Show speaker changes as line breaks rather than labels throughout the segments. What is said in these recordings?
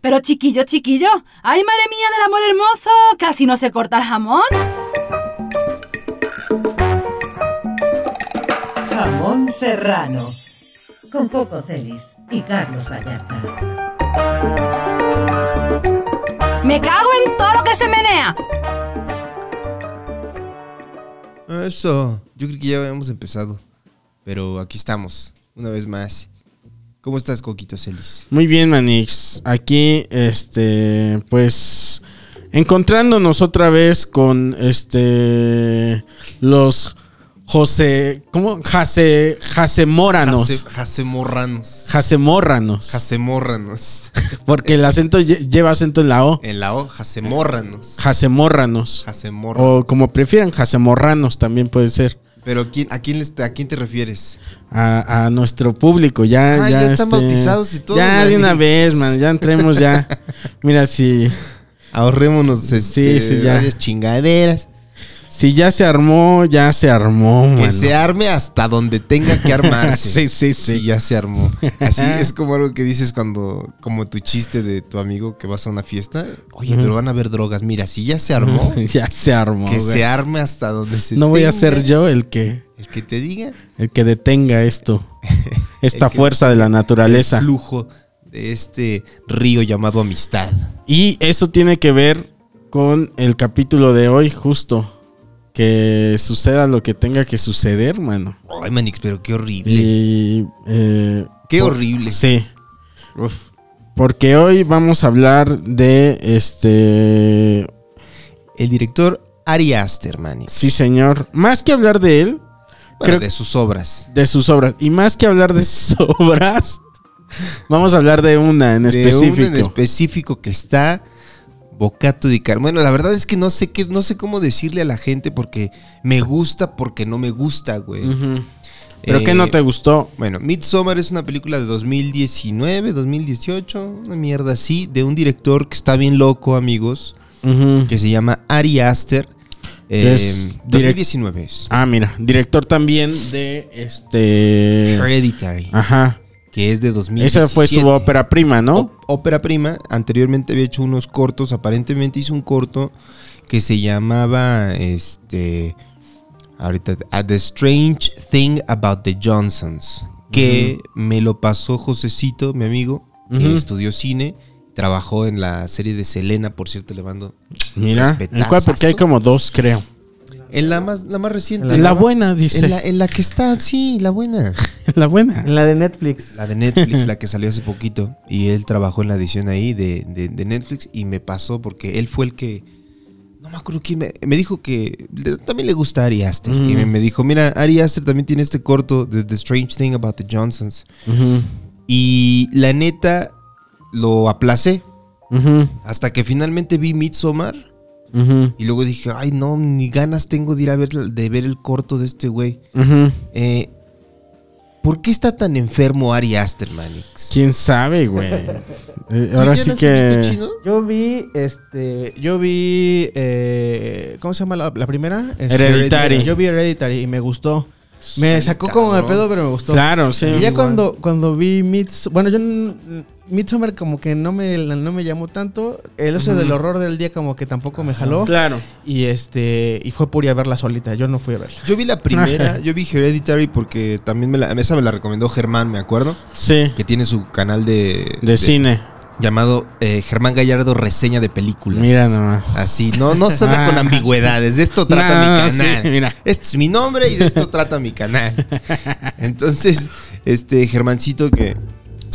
Pero chiquillo, chiquillo, ¡ay, madre mía del amor hermoso! ¡Casi no se corta el jamón!
Jamón Serrano. Con Coco Celis y Carlos Vallarta.
¡Me cago en todo lo que se menea!
Ah, Eso, yo creo que ya habíamos empezado. Pero aquí estamos, una vez más. ¿Cómo estás, Coquito Celis?
Muy bien, Manix. Aquí, este, pues, encontrándonos otra vez con, este, los José, ¿cómo? Jase, Jasemóranos.
Jase- Jasemorranos.
Jasemórranos.
Jasemorranos.
Porque el acento lle- lleva acento en la O.
En la O, Jasemorranos.
Jasemórranos.
Jasemorranos.
O como prefieran, Jasemorranos también puede ser.
Pero ¿quién, a, quién les- ¿a quién te refieres?
A, a nuestro público, ya,
Ah,
ya, este,
ya están bautizados y todo,
Ya de una
Manix.
vez, man, ya entremos ya. Mira, si,
Ahorrémonos este,
sí, ya.
varias chingaderas.
si ya se armó, ya se armó,
Que
mano.
se arme hasta donde tenga que armarse.
Sí, sí,
Sí,
sí.
ya se armó. Así es como algo que dices cuando, como tu chiste de tu amigo que vas a una fiesta. Oye, pero van a haber drogas. Mira, si ya se armó,
ya se armó.
que
güey.
se arme hasta donde se
no voy a
tenga.
ser yo el que,
El que te diga
el que detenga esto. Esta
que-
fuerza de la naturaleza.
el flujo de este río llamado amistad.
Y eso tiene que ver con el capítulo de hoy, justo. Que suceda lo que tenga que suceder, mano.
Ay, Manix, pero qué horrible.
Y. eh,
Qué
por-
horrible.
Sí.
Uf.
Porque hoy vamos a hablar de este.
El director Ari Aster, Manix.
Sí, señor. Más que hablar de él,
Bueno,
creo-
de sus obras.
de sus obras. Y más que hablar de sus obras, vamos a hablar de una en
De
específico.
uno en específico que está Bocato di Carmen. Bueno, la verdad es que no sé qué, no sé cómo decirle a la gente porque me gusta, porque no me gusta, güey.
Ujú. Pero
Eh,
que no te gustó.
Bueno, Midsommar es una película de 2019, 2018, una mierda así, de un director que está bien loco, amigos,
Ujú.
que se llama Ari Aster. Eh,
Es direc-
2019 es.
Ah, mira, director también de este.
Hereditary,
Ajá.
que es de 2017.
Esa fue su ópera prima, ¿no?
Ó- ópera prima. Anteriormente había hecho unos cortos. Aparentemente hizo un corto que se llamaba este. Ahorita, A The Strange Thing About the Johnsons. Que me lo pasó Josecito, mi amigo, que
Ujú.
estudió cine. Trabajó en la serie de Selena, por cierto, le mando.
Mira, el cual porque hay como dos, creo.
En la más, la más reciente.
La buena, dice.
En la,
La,
en la que está, sí, la buena.
buena.
En la de Netflix.
La de Netflix, la que salió hace poquito. Y él trabajó en la edición ahí de, de- de Netflix y me pasó porque él fue el que... No me acuerdo quién me, me dijo que le- también le gusta Ari Aster.
Mm.
Y me, me dijo, mira, Ari Aster también tiene este corto de The Strange Thing About the Johnsons.
Ujú,
Y la neta, lo aplacé.
ujú,
Hasta que finalmente vi Midsommar.
ujú,
Y luego dije, ay no, ni ganas tengo de ir a ver, de ver el corto de este güey.
ujú.
Eh, ¿Por qué está tan enfermo Ari Aster, Manix?
¿Quién sabe, güey? Eh,
¿Tú
ahora
ya las has
sí
visto,
que...
Chino?
Yo vi, este, yo vi, eh, ¿cómo se llama la, la primera? Este,
Hereditary.
Yo vi Hereditary y me gustó. Me
Ay,
sacó como de
cabrón.
pedo, pero me gustó.
Claro, sí.
Y ya
igual.
cuando, cuando vi Midsommar, bueno, yo n- Midsommar como que no me, no me llamó tanto. El uso del horror del día como que tampoco me jaló.
Claro.
Y este, y fue por ir a verla solita, yo no fui a verla.
Yo vi la primera, yo vi Hereditary porque también me la, esa me la recomendó Germán, me acuerdo,
Sí,
que tiene su canal de,
de, cine.
llamado eh, Germán Gallardo Reseña de Películas.
Mira nomás.
Así, no, no se anda
Ah.
con ambigüedades, de esto trata
No, no,
mi
sí,
canal.
mira.
Este es mi nombre y de esto trata mi canal. Entonces, este Germancito que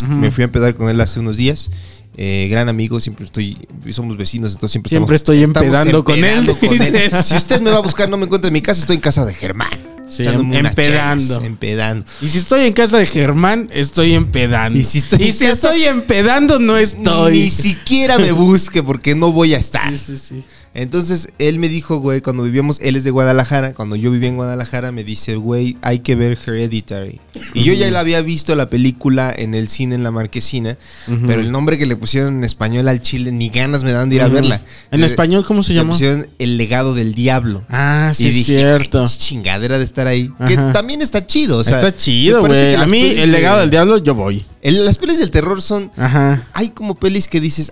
me fui a empedar con él hace unos días. eh, gran amigo, siempre estoy, somos vecinos, entonces siempre,
Siempre
estamos-
estoy empedando con él,
empedando
dices.
Si usted me va a buscar, no me encuentra en mi casa, estoy en casa de Germán.
Sí, em,
echándome unas
empedando.
chelas, empedando.
Y si estoy en casa de Germán, estoy empedando.
Y si estoy en casa-
estoy empedando, no estoy.
Ni siquiera me busque porque no voy a estar.
Sí, sí, sí.
Entonces él me dijo, güey, cuando vivíamos, él es de Guadalajara, cuando yo vivía en Guadalajara me dice, güey, hay que ver Hereditary. Y yo ya la había visto la película en el cine en la marquesina,
Ujú.
pero el nombre que le pusieron en español al chile ni ganas me dan de ir a
Ujú.
verla.
¿En
Le-
español cómo se
Le
llamó?
pusieron El legado del diablo.
Ah, sí,
y
es
dije,
cierto.
"Qué chingadera de estar ahí. Que
Ajá.
también está chido. o sea,
Está chido,
me parece
güey.
que
A
las
mí,
pelis
el
de-
legado del diablo, yo voy.
el- las pelis del terror son.
eh, Ajá.
Hay como pelis que dices.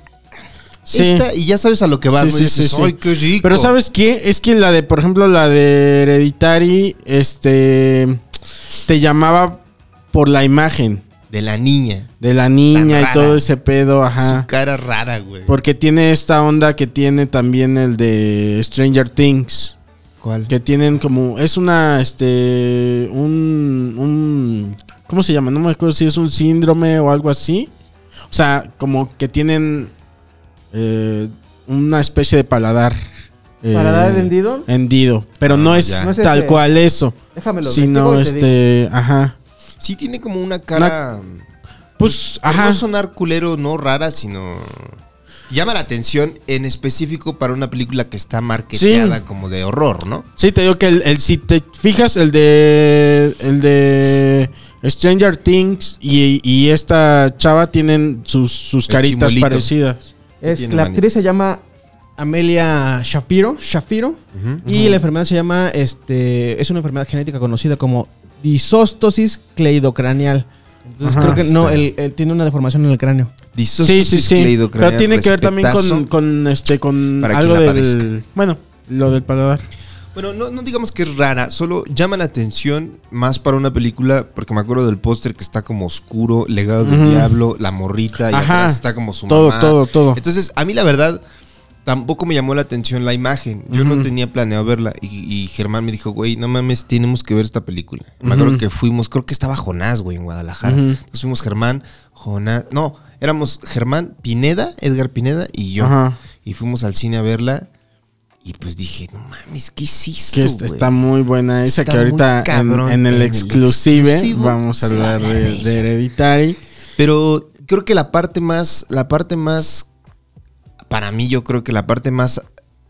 Sí.
Esta, y ya sabes a lo que vas.
Sí,
¿no? Y
sí,
dices,
sí, sí.
"Ay, qué rico".
Pero ¿sabes qué? Es que la de, por ejemplo, la de Hereditary, este, te llamaba por la imagen
De la niña.
de la niña y
rara.
todo ese pedo,
Su
ajá.
cara rara, güey.
Porque tiene esta onda que tiene también el de Stranger Things.
¿Cuál?
Que tienen como. Es una. Este. Un. un ¿Cómo se llama? No me acuerdo si es un síndrome o algo así. O sea, como que tienen. eh, una especie de paladar. eh,
¿Paladar hendido?
Hendido. Pero no
Ah,
es
ya. No
es
tal
ese.
cual eso.
Déjamelo.
Sino
investigo y te digo.
este. Ajá.
Sí, tiene como una cara.
Pues,
por
ajá.
No sonar culero, no rara, sino. Llama la atención en específico para una película que está marketeada
Sí.
como de horror, ¿no?
Sí, te digo que el, el- si te fijas, el de. El de. Stranger Things y, y esta chava tienen sus, sus
El
caritas
chimolito.
parecidas.
Es,
tiene
la
manitas.
actriz se llama Amelia Shapiro. Shapiro y la enfermedad se llama. este Es una enfermedad genética conocida como disóstosis cleidocranial. Entonces
Ajá.
creo que no,
Está.
él, él tiene una deformación en el cráneo.
Sí,
Disóstosis
sí, sí.
cleidocraneal,
Pero tiene que ver también
¿eh?
con,
respetazo.
con, este con
para
algo
quien la
del bueno, lo del paladar.
Bueno, no, no digamos que es rara, solo llama la atención más para una película, porque me acuerdo del póster que está como oscuro, legado del
Ujú.
diablo, la morrita, y
Ajá.
atrás está como su
Todo,
mamá.
todo, todo.
Entonces, a mí la verdad, tampoco me llamó la atención la imagen. Yo no
Ujú.
tenía planeado verla. Y, y Germán me dijo, güey, no mames, tenemos que ver esta película. Me acuerdo
Ujú.
que fuimos, creo que estaba Jonás, güey, en Guadalajara.
Ujú.
Entonces fuimos Germán, Jonás, no, éramos Germán Pineda, Edgar Pineda y yo.
Ajá.
Y fuimos al cine a verla. Y pues dije, no mames, ¿qué hiciste?
Que est- está muy buena esa
Está
que
muy
ahorita en,
cabrón.
en
En
el
el
exclusive
exclusivo
vamos a
se va a
hablar
hablar de
de, de
ella.
Hereditary.
Pero creo que la parte más, la parte más, para mí yo creo que la parte más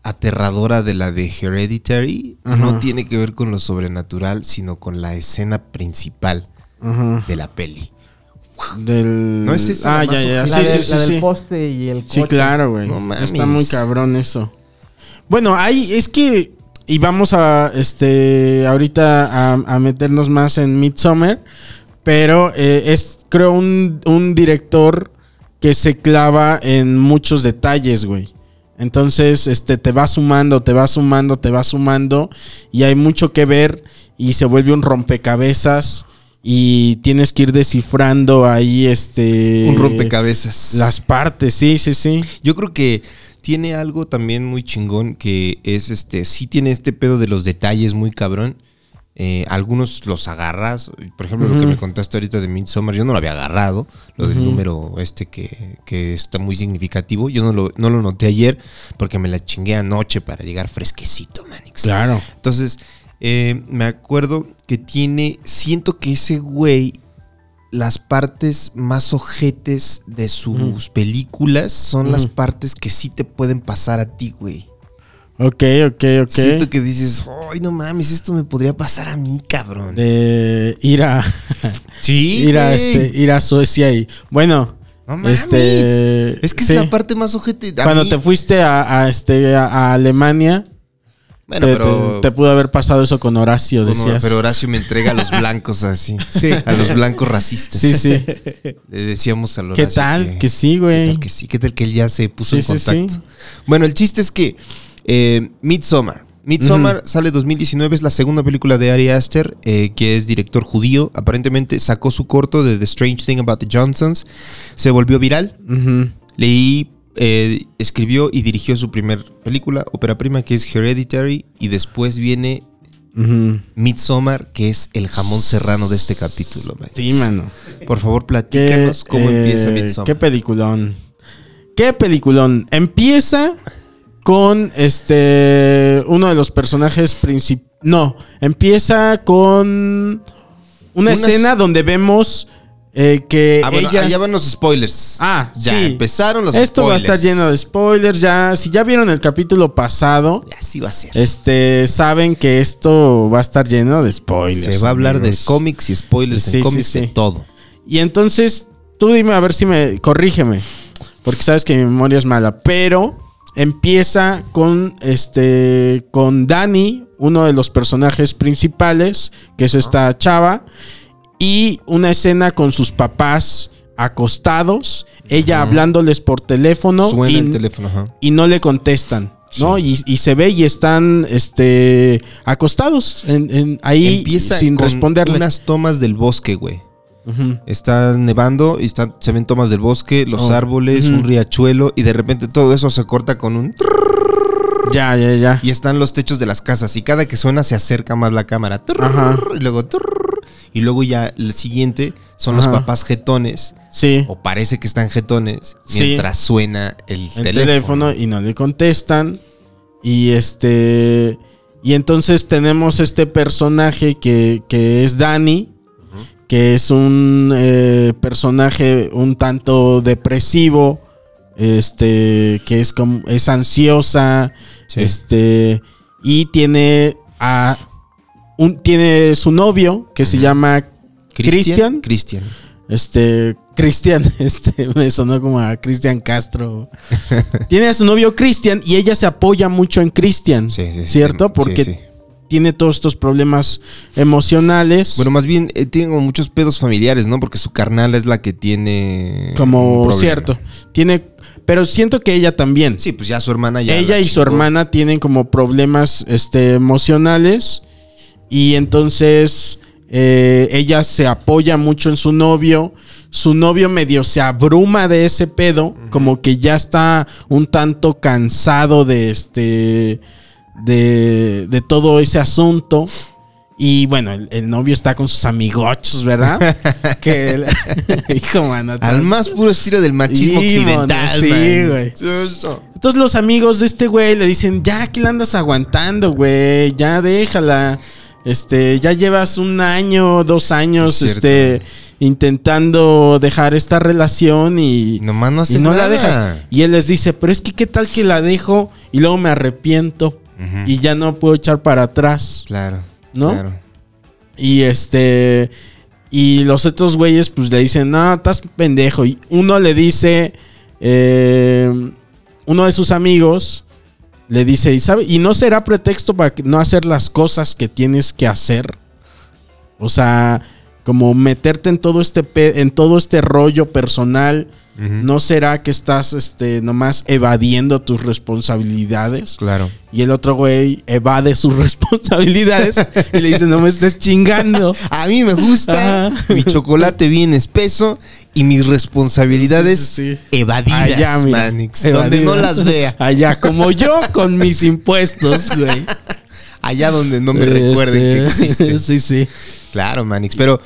aterradora de la de Hereditary
Ajá.
no tiene que ver con lo sobrenatural, sino con la escena principal
Ajá.
de la peli.
Del
¿No es esa la
Ah,
más
ya, ya,
ojete?
sí, sí, sí, sí.
poste y el
Sí, claro, güey.
No mames.
Está muy cabrón eso. Bueno, ahí es que. Y vamos a este. ahorita a, a meternos más en Midsummer. Pero eh, es, creo, un, un director que se clava en muchos detalles, güey. Entonces, este, te va sumando, te va sumando, te va sumando. Y hay mucho que ver. Y se vuelve un rompecabezas. Y tienes que ir descifrando ahí, este.
Un rompecabezas.
Las partes, sí, sí, sí.
Yo creo que tiene algo también muy chingón que es este, sí tiene este pedo de los detalles muy cabrón. Eh, algunos los agarras, por ejemplo, lo que
Ujú.
me contaste ahorita de Midsommar, yo no lo había agarrado, lo del
Ujú.
número este que, que está muy significativo, yo no lo, no lo noté ayer porque me la chingué anoche para llegar fresquecito, Manix.
Claro.
Entonces, eh, me acuerdo que tiene. Siento que ese güey. Las partes más ojetes de sus
Mm.
películas son las
Ujú.
partes que sí te pueden pasar a ti, güey.
Ok, ok, ok.
Siento que dices, ay, no mames, esto me podría pasar a mí, cabrón.
De ir a,
sí,
ir, a
güey.
este, ir a Suecia y. Bueno,
no mames.
este,
es que
sí.
es la parte más ojete. A
cuando
mí-
te fuiste a, a, este, a, a Alemania,
Bueno,
te,
pero.
te- te pudo haber pasado eso con Horacio,
bueno,
decías.
pero Horacio me entrega a los blancos así.
Sí.
A los blancos racistas.
sí, sí.
Le decíamos a los
¿Qué tal? Que, sí,
¿Qué
güey.
tal que sí? ¿Qué tal que él ya se puso
Sí,
en
sí, sí.
contacto? Bueno, el chiste es que eh, Midsommar. Midsommar sale 2019, es la segunda película de Ari Aster, eh, que es director judío. Aparentemente sacó su corto de The Strange Thing About the Johnsons. Se volvió viral.
Ujú.
Leí, eh, escribió y dirigió su primer película, ópera prima, que es Hereditary. Y después viene
Ujú.
Midsommar, que es el jamón serrano de este capítulo. man.
Sí, mano.
Por favor,
¿Qué,
platícanos cómo
eh,
empieza Midsommar.
¿Qué peliculón? ¿Qué peliculón? Empieza con este uno de los personajes principales. No, empieza con una
Unas-
escena donde vemos eh, que
Ah, bueno,
ellas-
allá van los spoilers.
Ah,
ya
sí.
empezaron los
Esto
spoilers.
va a estar lleno de spoilers. Ya, si ya vieron el capítulo pasado,
Así va a ser.
este, saben que esto va a estar lleno de spoilers.
Se va a hablar de
amigos.
cómics y spoilers
Sí, sí,
en cómics
sí.
de todo.
Y entonces, tú dime a ver si me. Corrígeme. Porque sabes que mi memoria es mala. Pero empieza con este. Con Dani, uno de los personajes principales, que es esta chava. Y una escena con sus papás acostados. Ella hablándoles por teléfono.
Suena
y,
el teléfono, ajá.
y no le contestan. ¿no? Y, y se ve y están este, acostados en- en- ahí
Empieza
sin
con
responderle.
unas tomas del bosque, güey.
Ujú.
Está nevando y están- se ven tomas del bosque, los
Oh.
árboles,
Ujú.
un riachuelo y de repente todo eso se corta con un... trrr,
Ya, ya, ya.
Y están los techos de las casas y cada que suena se acerca más la cámara. Trrr,
Ajá.
Y luego... trrr, y luego ya el siguiente son
Ajá.
los papás jetones.
Sí.
O parece que están jetones
Sí.
mientras suena el,
el
teléfono.
teléfono. y no le contestan. Y este. Y entonces tenemos este personaje que, que es Dani, que es un eh, personaje un tanto depresivo, este, que es como, es ansiosa,
Sí.
este, y tiene a un, tiene su novio que se llama Cristian,
Cristian.
este, Cristian, este, me sonó como a Cristian Castro. tiene a su novio Cristian y ella se apoya mucho en Cristian,
Sí, sí, sí.
¿cierto?
Sí,
Porque
sí.
tiene todos estos problemas emocionales.
Bueno, más bien eh, tengo muchos pedos familiares, ¿no? Porque su carnal es la que tiene. un
como
problema.
cierto. Tiene, pero siento que ella también.
Sí, pues ya su hermana ya.
ella
la
y su
chingó.
hermana tienen como problemas este, emocionales y entonces eh, ella se apoya mucho en su novio. Su novio medio se abruma de ese pedo, como que ya está un tanto cansado de este de, de todo ese asunto. Y bueno, el, el novio está con sus amigochos, ¿verdad? que hijo mano,
Al más puro estilo del machismo
Sí,
occidental,
mono, sí,
man.
güey.
Sí, eso.
Entonces los amigos de este güey le dicen, ya, que la andas aguantando, güey? Ya déjala. Este, ya llevas un año, dos años,
Es cierto.
este, intentando dejar esta relación y,
Nomás no
y
haces
no
nada.
la dejas. Y él les dice, pero es que qué tal que la dejo y luego me arrepiento
Ujú.
y ya no puedo echar para atrás.
Claro.
¿No?
Claro.
Y este. Y los otros güeyes, pues le dicen, no, estás pendejo. Y uno le dice. eh, uno de sus amigos le dice, ¿y, sabe, ¿y no será pretexto para que- no hacer las cosas que tienes que hacer? O sea, como meterte en todo este, pe- en todo este rollo personal. ¿No será que estás este, nomás evadiendo tus responsabilidades?
Claro.
Y el otro güey evade sus responsabilidades y le dice, no me estés chingando.
A mí me gusta
Ajá.
mi chocolate bien espeso y mis responsabilidades
Sí, sí, sí.
evadidas,
Allá, mira,
Manix, Donde
evadidas.
no las vea.
Allá, como yo con mis impuestos, güey.
Allá donde no me recuerden que
Este,
existe.
Sí, sí.
Claro, Manix, pero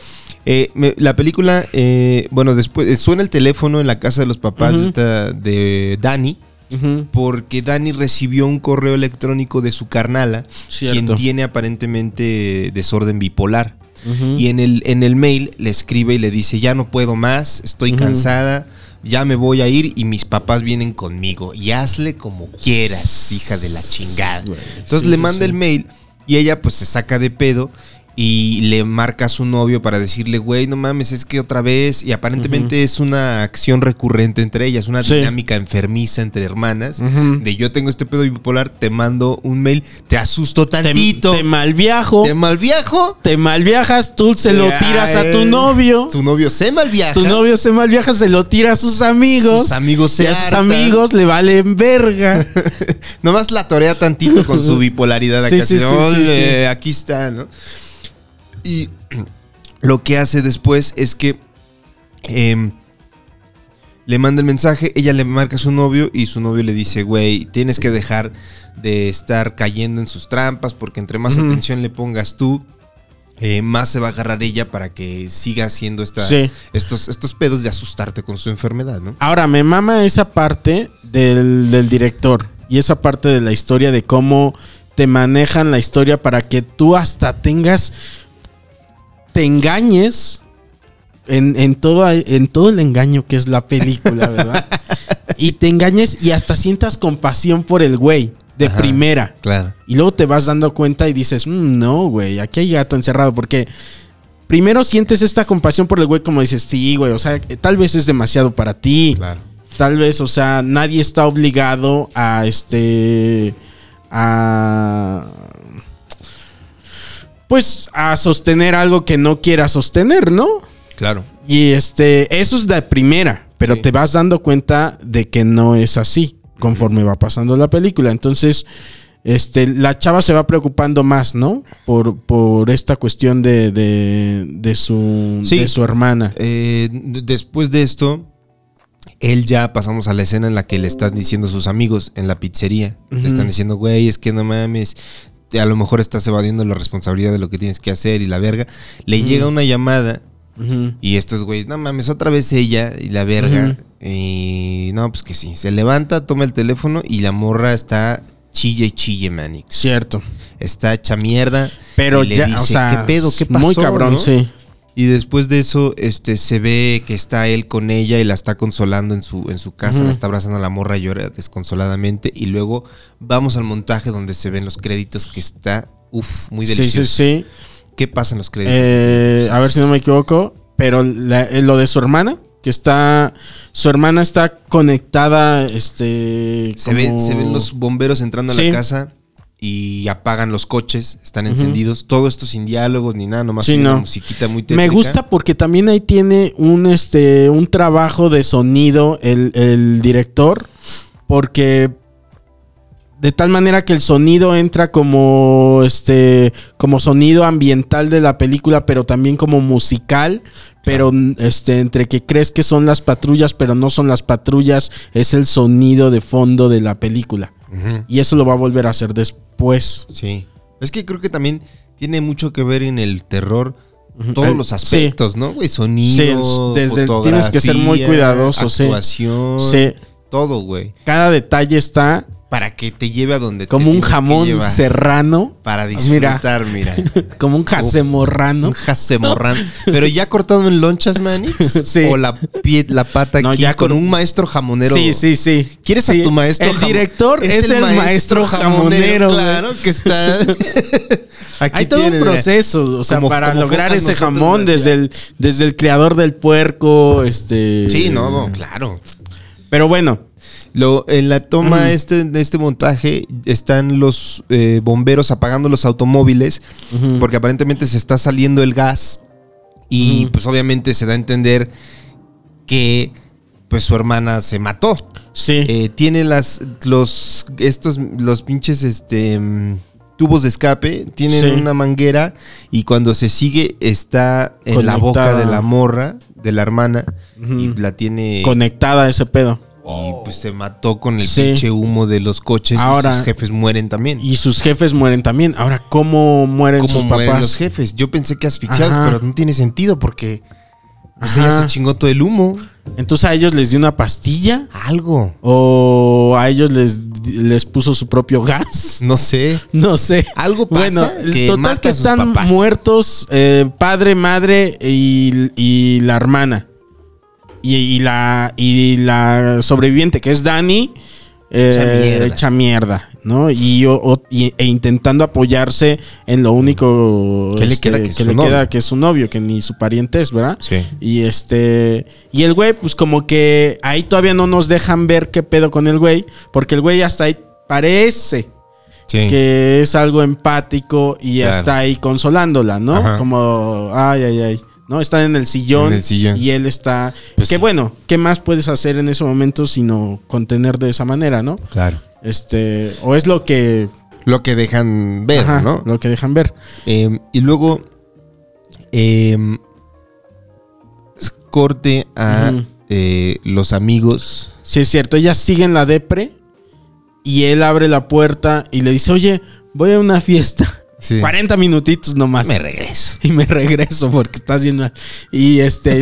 eh, me- la película, eh, bueno, después eh, suena el teléfono en la casa de los papás de,
Ujú.
esta- de Dani,
Ujú.
porque Dani recibió un correo electrónico de su carnala,
Cierto.
quien tiene aparentemente desorden bipolar.
Ujú.
Y en el, en el mail le escribe y le dice, ya no puedo más, estoy
Ujú.
cansada, ya me voy a ir y mis papás vienen conmigo. Y hazle como quieras, hija de la chingada.
Güey,
Entonces
sí,
le
sí,
manda
sí.
el mail y ella pues se saca de pedo y le marca a su novio para decirle, güey, no mames, es que otra vez. Y aparentemente es una acción recurrente entre ellas, una
Sí.
dinámica enfermiza entre hermanas.
Ujú.
De yo tengo este pedo bipolar, te mando un mail, te asusto
Te,
tantito,
te malviajo,
te
te,
malviajo.
malviajas, tú se lo
Ya,
tiras a
eh,
tu novio.
Tu novio se malviaja.
Tu novio se malviaja, se lo tira a sus amigos.
Sus amigos se
y a sus
hartan.
amigos le valen verga.
Nomás la torea tantito con su bipolaridad.
Sí,
acá,
sí,
así,
sí, sí,
"Ole, Aquí está, ¿no? Y lo que hace después es que em, le manda el mensaje, ella le marca a su novio y su novio le dice, güey, tienes que dejar de estar cayendo en sus trampas porque entre más
Ujú.
atención le pongas tú, eh, más se va a agarrar ella para que siga haciendo esta,
Sí.
estos, estos pedos de asustarte con su enfermedad, ¿no?
Ahora, me mama esa parte del, del director y esa parte de la historia de cómo te manejan la historia para que tú hasta tengas, te engañes en, en todo, en todo el engaño que es la película, ¿verdad? y te engañes y hasta sientas compasión por el güey de
Ajá.
primera.
Claro.
Y luego te vas dando cuenta y dices, "Mm, no, güey, aquí hay gato encerrado. Porque primero sientes esta compasión por el güey, como dices, sí, güey, o sea, eh, tal vez es demasiado para ti.
Claro.
Tal vez, o sea, nadie está obligado a este. a. Pues a sostener algo que no quiera sostener, ¿no?
Claro.
Y este, eso es la primera, pero
Sí.
te vas dando cuenta de que no es así conforme va pasando la película. Entonces, este, la chava se va preocupando más, ¿no? Por, por esta cuestión de, de, de su,
Sí.
de su hermana.
Eh, después de esto, él ya pasamos a la escena en la que le están diciendo a sus amigos en la pizzería.
Ujú.
Le están diciendo, güey, es que no mames. te- A lo mejor estás evadiendo la responsabilidad de lo que tienes que hacer y la verga. Le llega una llamada
Ujú.
y estos güeyes, no mames, otra vez ella y la verga. Y no, pues que sí. Se levanta, toma el teléfono y la morra está chille y chille, manix.
Cierto.
Está hecha mierda.
Pero
y le
ya,
dice,
o sea,
¿qué pedo? ¿Qué pasó?
Muy cabrón,
no?"
sí.
Y después de eso, este, se ve que está él con ella y la está consolando en su, en su casa,
Ujú.
la está abrazando a la morra y llora desconsoladamente. Y luego vamos al montaje donde se ven los créditos que está, uff, muy
Sí,
delicioso.
sí, sí.
¿Qué pasa en los créditos?
Eh, a ver si no me equivoco, pero la- eh, lo de su hermana, que está, su hermana está conectada, este,
se, ven,
como-
se ven los bomberos entrando a
Sí.
la casa y apagan los coches, están
Ujú.
encendidos. Todo esto sin diálogos ni nada, nomás
Sí,
una
no.
musiquita muy tétrica.
Me gusta porque también ahí tiene un, este, un trabajo de sonido el, el director, porque de tal manera que el sonido entra como, este, como sonido ambiental de la película, pero también como musical. Pero este, entre que crees que son las patrullas, pero no son las patrullas, es el sonido de fondo de la película.
Ujú.
Y eso lo va a volver a hacer después.
Sí. Es que creo que también tiene mucho que ver en el terror todos
El-
los
Eh, sí.
aspectos, ¿no? Güey, sonido,
Sí, desde-
fotografía,
tienes que ser muy cuidadoso, sí.
actuación,
Sí.
todo, güey,
Cada detalle está
para que te lleve a donde te
como un
tiene que
jamón
llevar,
serrano.
para
Mira,
disfrutar, mira.
como un
Un
jacemorrano.
jacemorrán. Pero ya cortado en lonchas, manix.
Sí.
O la, pie, la pata
No,
aquí
ya
con
cor-
un maestro jamonero.
Sí, sí, sí.
¿Quieres
Sí,
a tu maestro
El
jamo-
director es, el, maestro, jamonero. güey.
Claro, que está. Aquí
Hay todo
tienes,
un
mira.
proceso, o sea,
Como-
para
como
lograr
focas
ese
nosotros,
jamón
¿verdad?
desde el, desde el creador del puerco, este...
Sí, no, no, claro.
Pero bueno,
Eh, Lo- en la toma este, de este montaje están los eh, bomberos apagando los automóviles
Mm.
porque aparentemente se está saliendo el gas y
Ujú.
pues obviamente se da a entender que pues su hermana se mató.
sí.
Eh, tiene las los estos los pinches este mm, tubos de escape, tienen
Sí.
una manguera y cuando se sigue está en la boca
Conectada.
de la morra, de la hermana y
Ujú.
la tiene
Conectada a ese pedo.
y pues se mató con el
Sí.
pinche humo de los coches
Ahora-
y sus jefes mueren también.
Y sus jefes mueren también. Ahora, ¿cómo mueren
¿Cómo
sus
mueren
papás?
los jefes? Yo pensé que asfixiados,
Ajá.
pero no tiene sentido porque pues,
Ajá.
ella se chingó todo el humo.
Entonces a ellos les dio una pastilla
Algo.
o a ellos les, les puso su propio gas.
No sé.
No sé.
Algo pasa que
total
mata
que
a sus
están
papás.
muertos eh, padre, madre y, y la hermana. Y, y la, y la sobreviviente, que es Dani, eh,
Hecha mierda.
hecha mierda, ¿no? Y, o- o- y- e intentando apoyarse en lo único
Que le queda que es su
le
novio.
queda que es su novio, que ni su pariente es, ¿verdad?
Sí.
Y este. Y el güey, pues como que ahí todavía no nos dejan ver qué pedo con el güey. Porque el güey hasta ahí parece
Sí.
que es algo empático y
Claro.
está ahí consolándola, ¿no?
Ajá.
Como, ay, ay, ay. ¿No? Están en el sillón,
En el sillón.
y él está...
Pues
que
sí.
bueno, ¿qué más puedes hacer en ese momento sino contener de esa manera, ¿no?
Claro.
Este, o es lo que...
Lo que dejan ver,
ajá,
¿no?
Lo que dejan ver.
Eh, y luego em, corte a
Ujú.
eh, los amigos.
Sí, es cierto, ella sigue en la depre y él abre la puerta y le dice, oye, voy a una fiesta.
Sí.
40 minutitos nomás.
Me regreso.
y me regreso porque estás viendo y este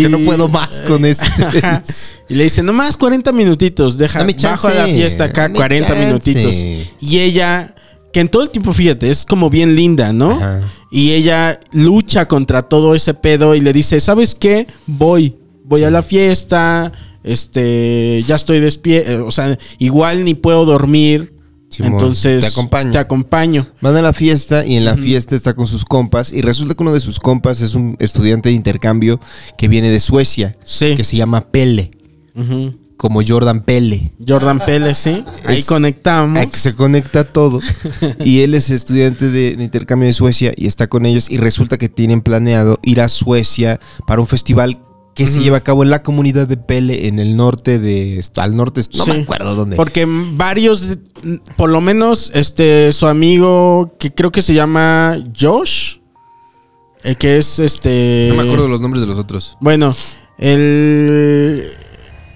Que no puedo más con este. esto.
Ajá. y le dice nomás 40 minutitos deja
Dame
bajo a la
chance,
fiesta acá
dame
40
chance".
minutitos y ella que en todo el tiempo, fíjate, es como bien linda, ¿no?
Ajá.
Y ella lucha contra todo ese pedo y le dice, ¿sabes qué? Voy, voy a la fiesta, este, ya estoy despierto, o sea, igual ni puedo dormir.
Simón,
entonces,
te acompaño.
Te acompaño.
Van a la fiesta y en la fiesta está con sus compas y resulta que uno de sus compas es un estudiante de intercambio que viene de Suecia,
Sí.
que se llama Pele,
Ujú.
como Jordan Pele.
Jordan Pérez, ¿sí? Ahí
Es-
conectamos.
Ay, que se conecta todo. Y él es estudiante de, de intercambio de Suecia y está con ellos. Y resulta que tienen planeado ir a Suecia para un festival que se lleva a cabo en la comunidad de Pele, en el norte de. Al norte, no
Sí.
me acuerdo dónde.
Porque varios, por lo menos, este, su amigo, que creo que se llama Josh, eh, que es este.
no me acuerdo los nombres de los otros.
Bueno, el.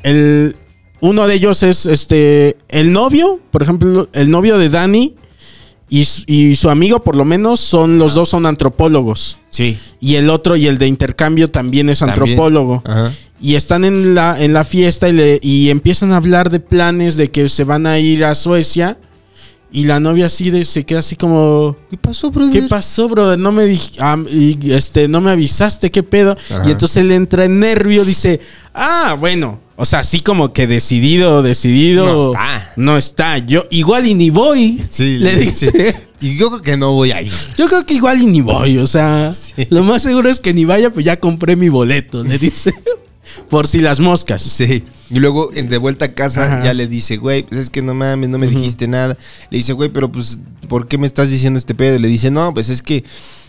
El. Uno de ellos es este. El novio, por ejemplo, el novio de Dani y, su- y su amigo, por lo menos, son
Ah.
los dos son antropólogos.
Sí.
Y el otro y el de intercambio también es
También.
antropólogo.
Ajá.
Y están en la, en la fiesta y, le- y empiezan a hablar de planes de que se van a ir a Suecia. Y la novia así de, se queda así como...
¿Qué pasó, brother?
¿Qué pasó, brother? No me dij- am- y, este, no me avisaste, qué pedo.
Ajá.
Y entonces él entra en nervio, dice, ah, bueno. O sea, así como que decidido, decidido.
No está.
No está. Yo igual y ni voy.
Sí,
le
le
dice.
dice. Y yo creo que no voy a ir.
Yo creo que igual y ni voy, o sea, lo más seguro es que ni vaya, pues ya compré mi boleto, le dice, por si las moscas.
Sí. Y luego en- de vuelta a casa
Ajá.
ya le dice, güey, pues es que no mames, no me dijiste nada. Le dice, güey, pero pues, ¿por qué me estás diciendo este pedo? Le dice, no, pues es que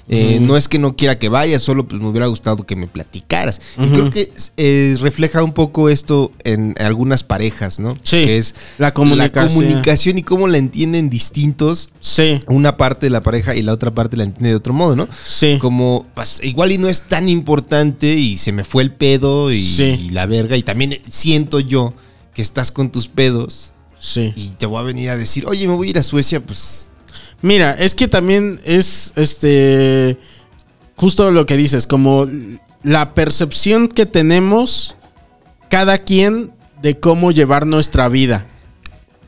eh, no es que no quiera que vayas, solo pues me hubiera gustado que me platicaras. Y creo que eh, refleja un poco esto en algunas parejas, ¿no?
Sí.
Que es
La comunicación.
comunicación y cómo la entienden distintos.
Sí,
Una parte de la pareja y la otra parte la entiende de otro modo, ¿no?
sí.
como pues, igual y no es tan importante y se me fue el pedo y,
Sí.
y la verga y también siento yo que estás con tus pedos
Sí.
y te voy a venir a decir, oye, me voy a ir a Suecia, pues
Mira, es que también es este justo lo que dices, como la percepción que tenemos cada quien de cómo llevar nuestra vida.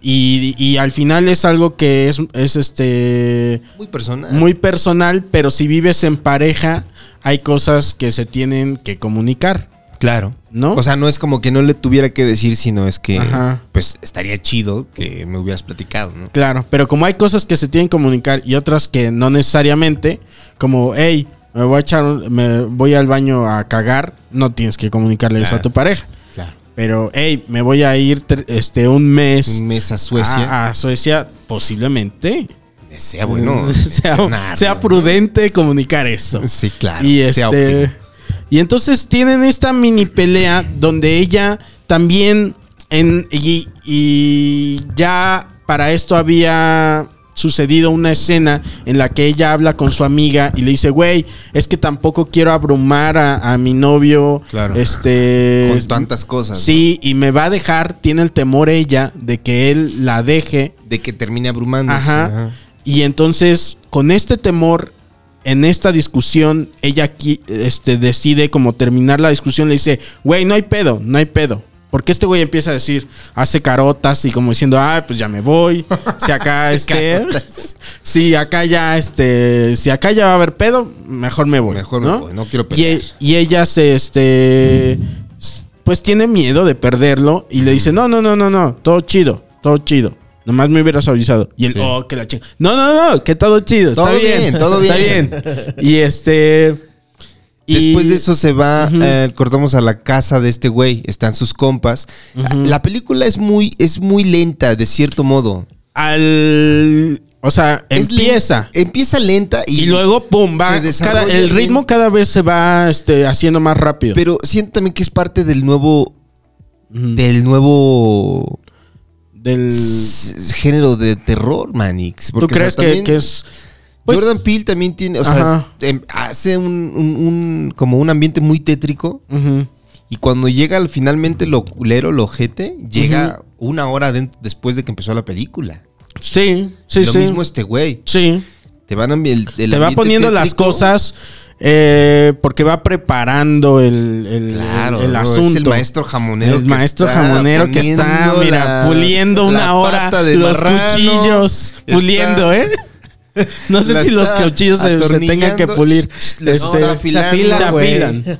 Y, y al final es algo que es, es este
muy personal.
muy personal, pero si vives en pareja, hay cosas que se tienen que comunicar,
claro.
¿no?
O sea, no es como que no le tuviera que decir, sino es que
Ajá.
pues estaría chido que me hubieras platicado, ¿no?
Claro, pero como hay cosas que se tienen que comunicar y otras que no necesariamente, como, hey, me voy a echar, un- me voy al baño a cagar, no tienes que comunicarle eso a
Claro.
tu pareja.
Claro.
Pero, hey, me voy a ir tre- este, un mes
Un mes a Suecia. eh,
A, a Suecia, posiblemente.
sea bueno.
sea,
una-
sea prudente comunicar eso.
Sí, claro.
Y
sea
este.
óptimo.
Y entonces tienen esta mini pelea donde ella también. En, y, y ya para esto había sucedido una escena en la que ella habla con su amiga y le dice, güey, es que tampoco quiero abrumar a, a mi novio.
Claro.
Este.
Con tantas cosas.
Sí, y me va a dejar, tiene el temor ella de que él la deje.
¿no? De que termine abrumando.
Ajá. Y entonces, con este temor, en esta discusión, ella aquí, este, decide como terminar la discusión. Le dice, güey, no hay pedo, no hay pedo. Porque este güey empieza a decir, hace carotas y como diciendo, ah, pues ya me voy. Si acá este. si acá ya este. Si acá ya va a haber pedo, mejor me voy.
Mejor me voy, no quiero
Y e-
pelear.
y ella se este pues tiene miedo de perderlo y le dice, "No, no, no, no, no, todo chido, todo chido. Nomás me hubieras avisado." Y él,
Sí.
"Oh, que la chinga." No, no, no, que todo chido,
Todo
está bien,
bien, todo bien.
Está bien. Y este y-
Después de eso se va, eh, cortamos a la casa de este güey, están sus compas. La película es muy, es muy lenta, de cierto modo.
al o sea,
Es
empieza
len- empieza lenta y,
y, luego pum, va
se desarrolla
cada- el
bien.
ritmo cada vez se va este haciendo más rápido.
Pero siento también que es parte del nuevo,
Ujú.
del nuevo
del
s- género de terror, Manix.
¿Tú
Porque, o sea,
crees que-
también
que, es pues,
Jordan Peele también tiene, o sea,
Ajá.
es- em, hace un, un- un- como un ambiente muy tétrico.
ujú.
Y cuando llega al finalmente lo culero, lo ojete, llega una hora den- después de que empezó la película.
Sí, sí,
lo
sí.
mismo este güey.
Sí.
Te van ambi- el- el
Te va
ambiente
poniendo las
tétrico.
cosas eh, porque va preparando el, el-
Claro,
el- el
no,
asunto.
Es el maestro jamonero.
El
que
maestro
está
jamonero que está,
poniendo
mira,
la-
puliendo
la
una hora
pata de
los
marrano.
cuchillos.
Está-
Puliendo, ¿eh? No sé
La
si los
está
cauchillos se, se tengan que
atornillando,
pulir. Este,
le está afilando,
se
güey.
afilan.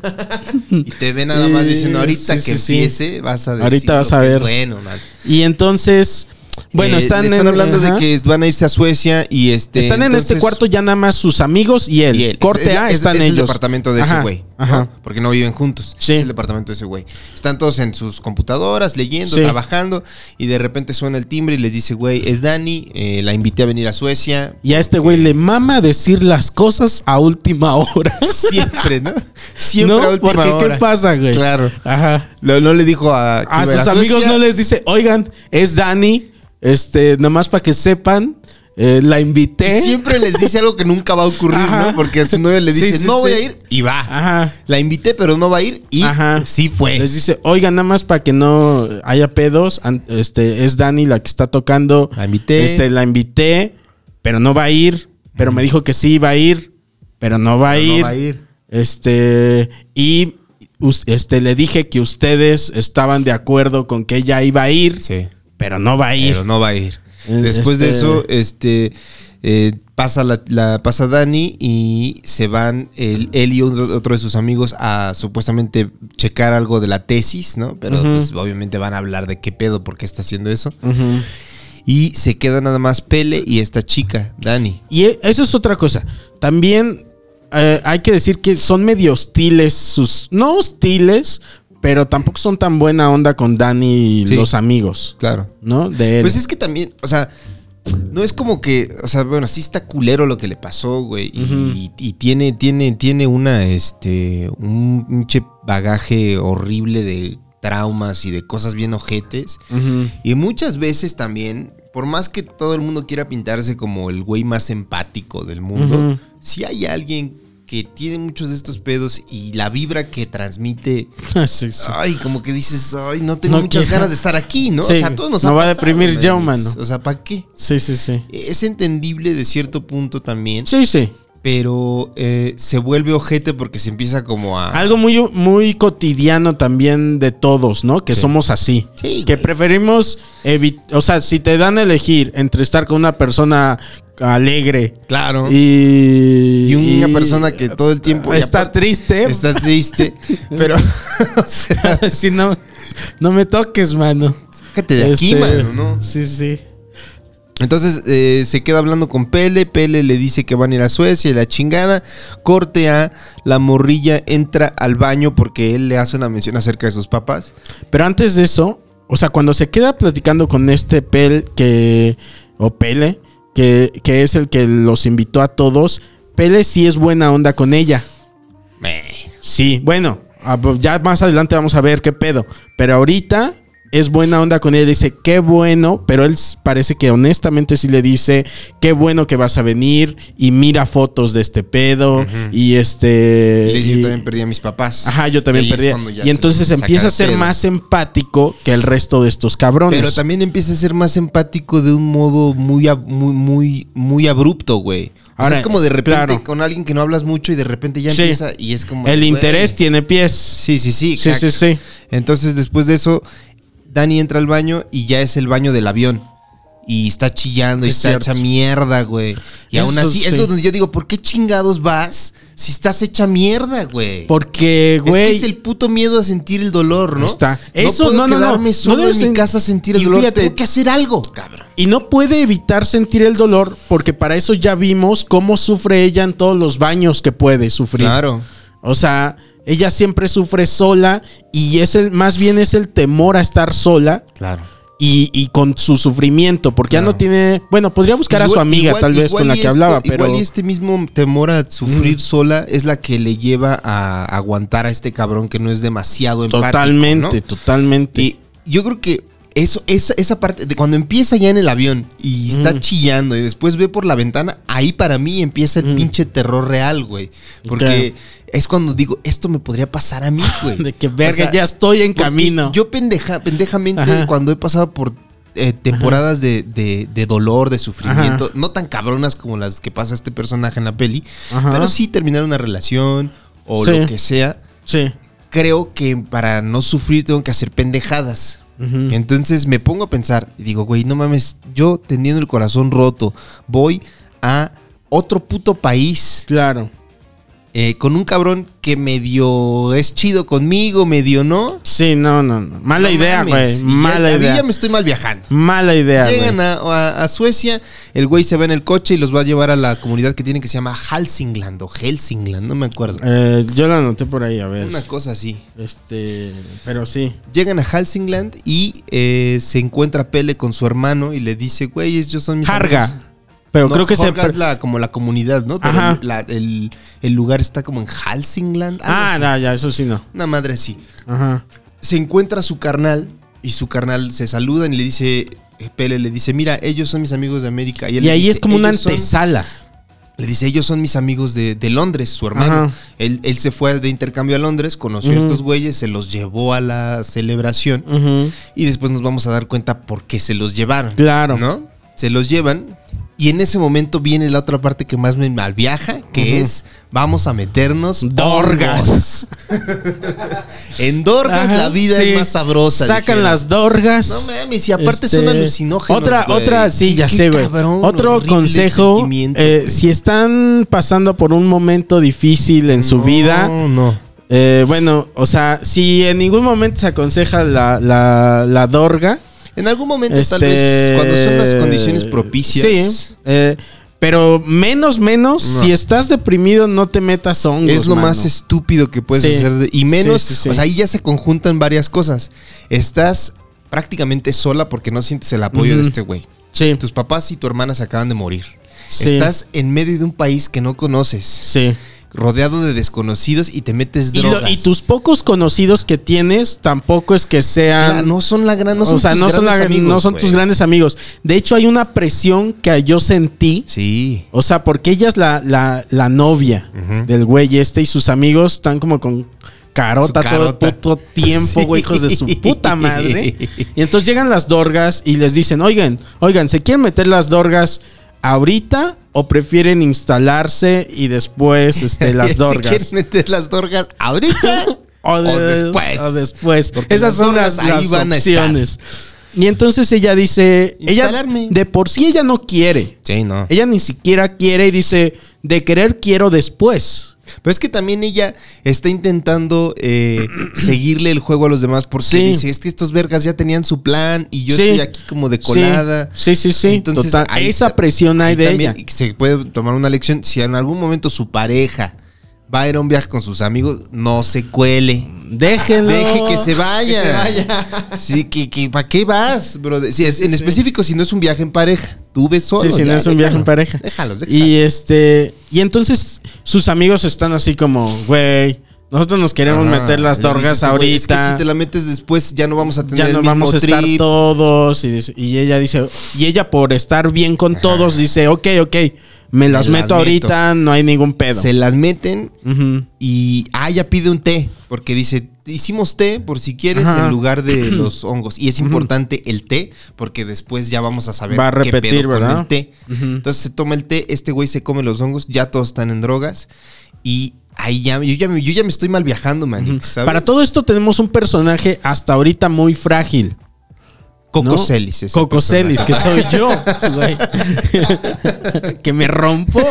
Y te ve nada más diciendo,
Eh,
ahorita
sí,
que
sí, sí.
empiece, vas a decir.
Ahorita vas
lo
a
que es
ver.
Bueno, man.
Y entonces, bueno,
Eh,
están,
están
en-
hablando
ajá.
de que van a irse a Suecia y este.
Están en este
entonces-
cuarto ya nada más sus amigos y él.
y él.
Corte
Es- es-
A,
es-
están
es
ellos.
el departamento de ese
Ajá,
güey. ¿no?
Ajá.
Porque no viven juntos.
Sí.
Es el departamento de ese güey. Están todos en sus computadoras, leyendo,
Sí.
trabajando. Y de repente suena el timbre y les dice, güey, es Dani. eh, la invité a venir a Suecia.
Y a este güey le mama decir las cosas a última hora.
Siempre, ¿no? Siempre
¿No?
a última
Porque
hora.
¿qué pasa, güey?
Claro.
Ajá.
No, no le dijo a. que
A
iba
sus
Suecia.
amigos no les dice, oigan, es Dani, este, nomás para que sepan, eh, la invité.
Y Siempre les dice algo que nunca va a ocurrir,
Ajá.
¿no? Porque a su novia le
Sí,
dice,
sí,
no
sí.
voy a ir. Y va.
Ajá.
La invité, pero no va a ir. Y
Ajá.
sí fue.
Les dice, oigan, nada más para que no haya pedos, an- este, es Dani la que está tocando.
La invité.
Este, la invité, pero no va a ir. Pero me dijo que sí iba a ir, pero no va, a,
Pero
ir.
no va a ir.
Este, y us- este, le dije que ustedes estaban de acuerdo con que ella iba a ir,
Sí.
pero no va a ir.
Pero no va a ir.
Eh,
Después de
este-
eso, este eh, pasa la, la- pasa Dani y se van el, él y otro, otro de sus amigos a supuestamente checar algo de la tesis, ¿no? Pero
Ujú.
pues, obviamente van a hablar de qué pedo, por qué está haciendo eso.
Ujú.
Y se queda nada más Pele y esta chica, Dani.
Y e- eso es otra cosa. También eh, hay que decir que son medio hostiles sus. No hostiles, pero tampoco son tan buena onda con Dani y
Sí.
los amigos.
Claro.
¿No? De él.
Pues es que también, o sea, no es como que, o sea, bueno, sí está culero lo que le pasó, güey. y- y, y tiene, tiene, tiene una, este, un pinche bagaje horrible de traumas y de cosas bien ojetes.
Ujú.
Y muchas veces también, por más que todo el mundo quiera pintarse como el güey más empático del mundo,
Ujú.
si hay alguien que tiene muchos de estos pedos y la vibra que transmite,
Sí, sí.
ay, como que dices, ay, no tengo
No
muchas
quiero.
ganas de estar aquí, ¿no?
Sí,
o sea, a todos nos
me
ha
va a
pasado,
deprimir
man.
ya, humano.
O sea, ¿para qué?
Sí, sí, sí.
Es entendible de cierto punto también,
Sí, sí.
pero eh, se vuelve ojete porque se empieza como a...
Algo muy, muy cotidiano también de todos, ¿no? Que somos así.
Sí,
que
güey.
preferimos evitar. O sea, si te dan a elegir entre estar con una persona alegre
Claro. Y,
y.
una persona que todo el tiempo... y
Está
aparte-
triste.
Está triste, pero... o sea,
si no, no me toques, mano.
sácate de aquí,
Este,
mano, ¿no?
Sí, sí.
Entonces eh, se queda hablando con Pele, Pele le dice que van a ir a Suecia y la chingada. Corte a la morrilla entra al baño porque él le hace una mención acerca de sus papás.
Pero antes de eso, o sea, cuando se queda platicando con este Pel que. O Pele, que, que es el que los invitó a todos, Pele sí es buena onda con ella. Sí, bueno, ah, pues ya más adelante vamos a ver qué pedo. Pero ahorita es buena onda con ella. Dice, qué bueno, pero él s- parece que honestamente sí le dice, qué bueno que vas a venir y mira fotos de este pedo y este...
Le dice,
y-
yo también perdí a mis papás.
Ajá, yo también
Y ahí es
perdí.
cuando ya
Y
se
entonces
saca
empieza
de
a ser
pedo.
más empático que el resto de estos cabrones.
Pero también empieza a ser más empático de un modo muy, ab- muy, muy, muy abrupto, güey. O sea,
Ahora,
es como de repente
claro.
con alguien que no hablas mucho y de repente ya
Sí.
empieza y es como...
el
güey.
interés tiene pies. Sí,
Sí, sí, sí.
sí,
exacto.
sí.
Entonces, después de eso, Dani entra al baño y ya es el baño del avión. Y está chillando y
Es
está
cierto.
hecha mierda, güey. Y aún
Eso
así, es
sí.
lo donde yo digo, ¿por qué chingados vas si estás hecha mierda, güey?
Porque,
Es
güey...
que es el puto miedo a sentir el dolor, ¿no?
Ahí está.
No
Eso,
puedo
no, no, no.
quedarme
No
solo
debes
en mi
en-
casa a sentir el
y
dolor.
fíjate-
Tengo que hacer algo, cabrón.
Y no puede evitar sentir el dolor porque para eso ya vimos cómo sufre ella en todos los baños que puede sufrir. O sea, ella siempre sufre sola y es el, más bien es el temor a estar sola
claro.
y, y con su sufrimiento porque ya no
Claro.
tiene... Bueno, podría buscar a su
Igual-
amiga
igual-
tal vez
igual
con la
y
que
este-
hablaba, pero...
Igual y este mismo temor a sufrir sola es la que le lleva a aguantar a este cabrón que no es demasiado empático,
Totalmente,
¿no?
totalmente.
Y yo creo que eso, esa, esa parte, de cuando empieza ya en el avión y está
Mm.
chillando y después ve por la ventana, ahí para mí empieza el
Mm.
pinche terror real, güey. Porque
Claro.
es cuando digo, esto me podría pasar a mí, güey.
de que
O
verga,
sea,
ya estoy en
porque
camino.
Yo pendeja, pendejamente,
Ajá.
cuando he pasado por eh, temporadas de, de- de dolor, de sufrimiento, no tan cabronas como las que pasa este personaje en la peli,
Ajá.
pero sí terminar una relación o
Sí.
lo que sea,
sí.
creo que para no sufrir tengo que hacer pendejadas.
Ujú.
Entonces me pongo a pensar y digo, güey, no mames, yo teniendo el corazón roto, voy a otro puto país.
Claro.
eh, con un cabrón que medio es chido conmigo, medio no.
Sí, no, no, no. Mala
No
idea,
mames.
güey.
Y ya-
Mala
A mí
idea.
ya me estoy mal viajando.
Mala idea,
Llegan
güey.
a, a- a Suecia, el güey se va en el coche y los va a llevar a la comunidad que tienen que se llama Helsingland o Helsingland, no me acuerdo.
Eh, yo la anoté por ahí, a ver.
Una cosa así.
Este, pero sí.
Llegan a Helsingland y eh, se encuentra Pele con su hermano y le dice, güey, ellos son mis amigos".
Jarga. Pero
No,
creo que se...
Jorga es la, como la comunidad, ¿no? Pero
Ajá.
la- el, el lugar está como en Helsingland. algo
Ah,
así.
no, ya, eso sí no.
Una madre así.
Ajá.
se encuentra su carnal y su carnal se saludan y le dice, eh, Pele le dice, mira, ellos son mis amigos de América. él
Y
le
ahí
dice,
es como una
"Ellos son-"
antesala.
Le dice, ellos son mis amigos de, de Londres, su hermano.
Ajá.
Él, él se fue de intercambio a Londres, conoció a
Ujú.
estos güeyes, se los llevó a la celebración
Ujú.
y después nos vamos a dar cuenta por qué se los llevaron.
Claro.
¿No? Se los llevan y en ese momento viene la otra parte que más me malviaja, que
Ujú.
es, vamos a meternos hongos.
Dorgas.
En Dorgas
Ajá,
la vida
sí.
es más sabrosa.
Sacan
dijeron.
las dorgas.
No mames, y aparte son
Este,
alucinógenos.
Otra,
güey.
otra, sí,
Qué-
ya
qué
sé, güey.
cabrón,
Otro
horrible
consejo:
sentimiento,
eh,
güey.
si están pasando por un momento difícil en su
No,
vida,
no.
eh, bueno, o sea, si en ningún momento se aconseja la, la, la dorga.
En algún momento, tal
este,
vez, cuando son las condiciones propicias.
Sí, eh, pero menos, menos,
No.
si estás deprimido, no te metas hongos.
Es lo
mano.
más estúpido que puedes
Sí.
hacer. de- y menos,
Sí, sí, sí.
o sea, ahí ya se conjuntan varias cosas. Estás prácticamente sola porque no sientes el apoyo de
Ujú.
este güey.
Sí,
Tus papás y tu hermana se acaban de morir.
Sí.
Estás en medio de un país que no conoces,
sí.
rodeado de desconocidos y te metes
Y, lo-
drogas.
y tus pocos conocidos que tienes tampoco es que sean.
Claro, no son la gran, no son
o sea,
tus
no son,
grandes
la-
amigos,
no son
güey.
tus grandes amigos. De hecho, hay una presión que yo sentí.
Sí.
O sea, porque ella es la, la- la novia
Ujú.
del güey este y sus amigos están como con carota,
Su
todo
carota.
el puto tiempo, güey,
Sí.
hijos de su puta madre. Y entonces llegan las dorgas y les dicen, oigan, oigan, ¿se quieren meter las dorgas ahorita o prefieren instalarse y después este,
Si
las dorgas?
quieren meter las dorgas ahorita
O, de-
o después.
o después.
Porque
Esas
las
son las,
drogas ahí
las
van a
opciones. Y entonces ella dice, ella
Instalarme.
de por sí ella no quiere.
Sí, no.
Ella ni siquiera quiere y dice, de querer quiero después.
Pero es que también ella está intentando eh, seguirle el juego a los demás porque
Sí.
dice, es que estos vergas ya tenían su plan y yo
Sí.
estoy aquí como de colada.
Sí, sí, sí. sí. Total,
ahí
esa
está-
presión hay
y
de
también
ella.
Se puede tomar una lección. Si en algún momento su pareja va a ir a un viaje con sus amigos, no se cuele.
Déjenlo.
Deje que se vaya.
Que se vaya.
Sí, que, que- ¿para qué vas, bro? Si es- en específico, si no es un viaje en pareja, tú ves solo.
Sí, si no
ya,
es un viaje en
déjalo.
pareja.
Déjalos, déjalos.
Y este. Y entonces sus amigos están así como, güey, nosotros nos queremos
Ajá.
meter las
Le dices
dorgas
tú, "Güey, Es que
ahorita.
si te la metes después, ya no vamos a tener
ya
el
nos
mismo
vamos a estar
trip".
todos. Y, dice- y ella dice, y ella por estar bien con todos dice, ok, ok, me las
las
meto
meto.
ahorita, no hay ningún pedo.
Se las meten
Ujú.
y. Ah, ya pide un té. Porque dice: Hicimos té por si quieres
Ajá.
en lugar de los hongos. Y es importante el té porque después ya vamos a saber
Va a repetir, ¿verdad?
con el té.
Ujú.
Entonces se toma el té, este güey se come los hongos, ya todos están en drogas. Y ahí ya. Yo ya, me- yo ya me estoy mal viajando, man.
Para todo esto tenemos un personaje hasta ahorita muy frágil.
Coco
¿no?
Celis. ese
Coco Celis, que soy yo, güey. que me rompo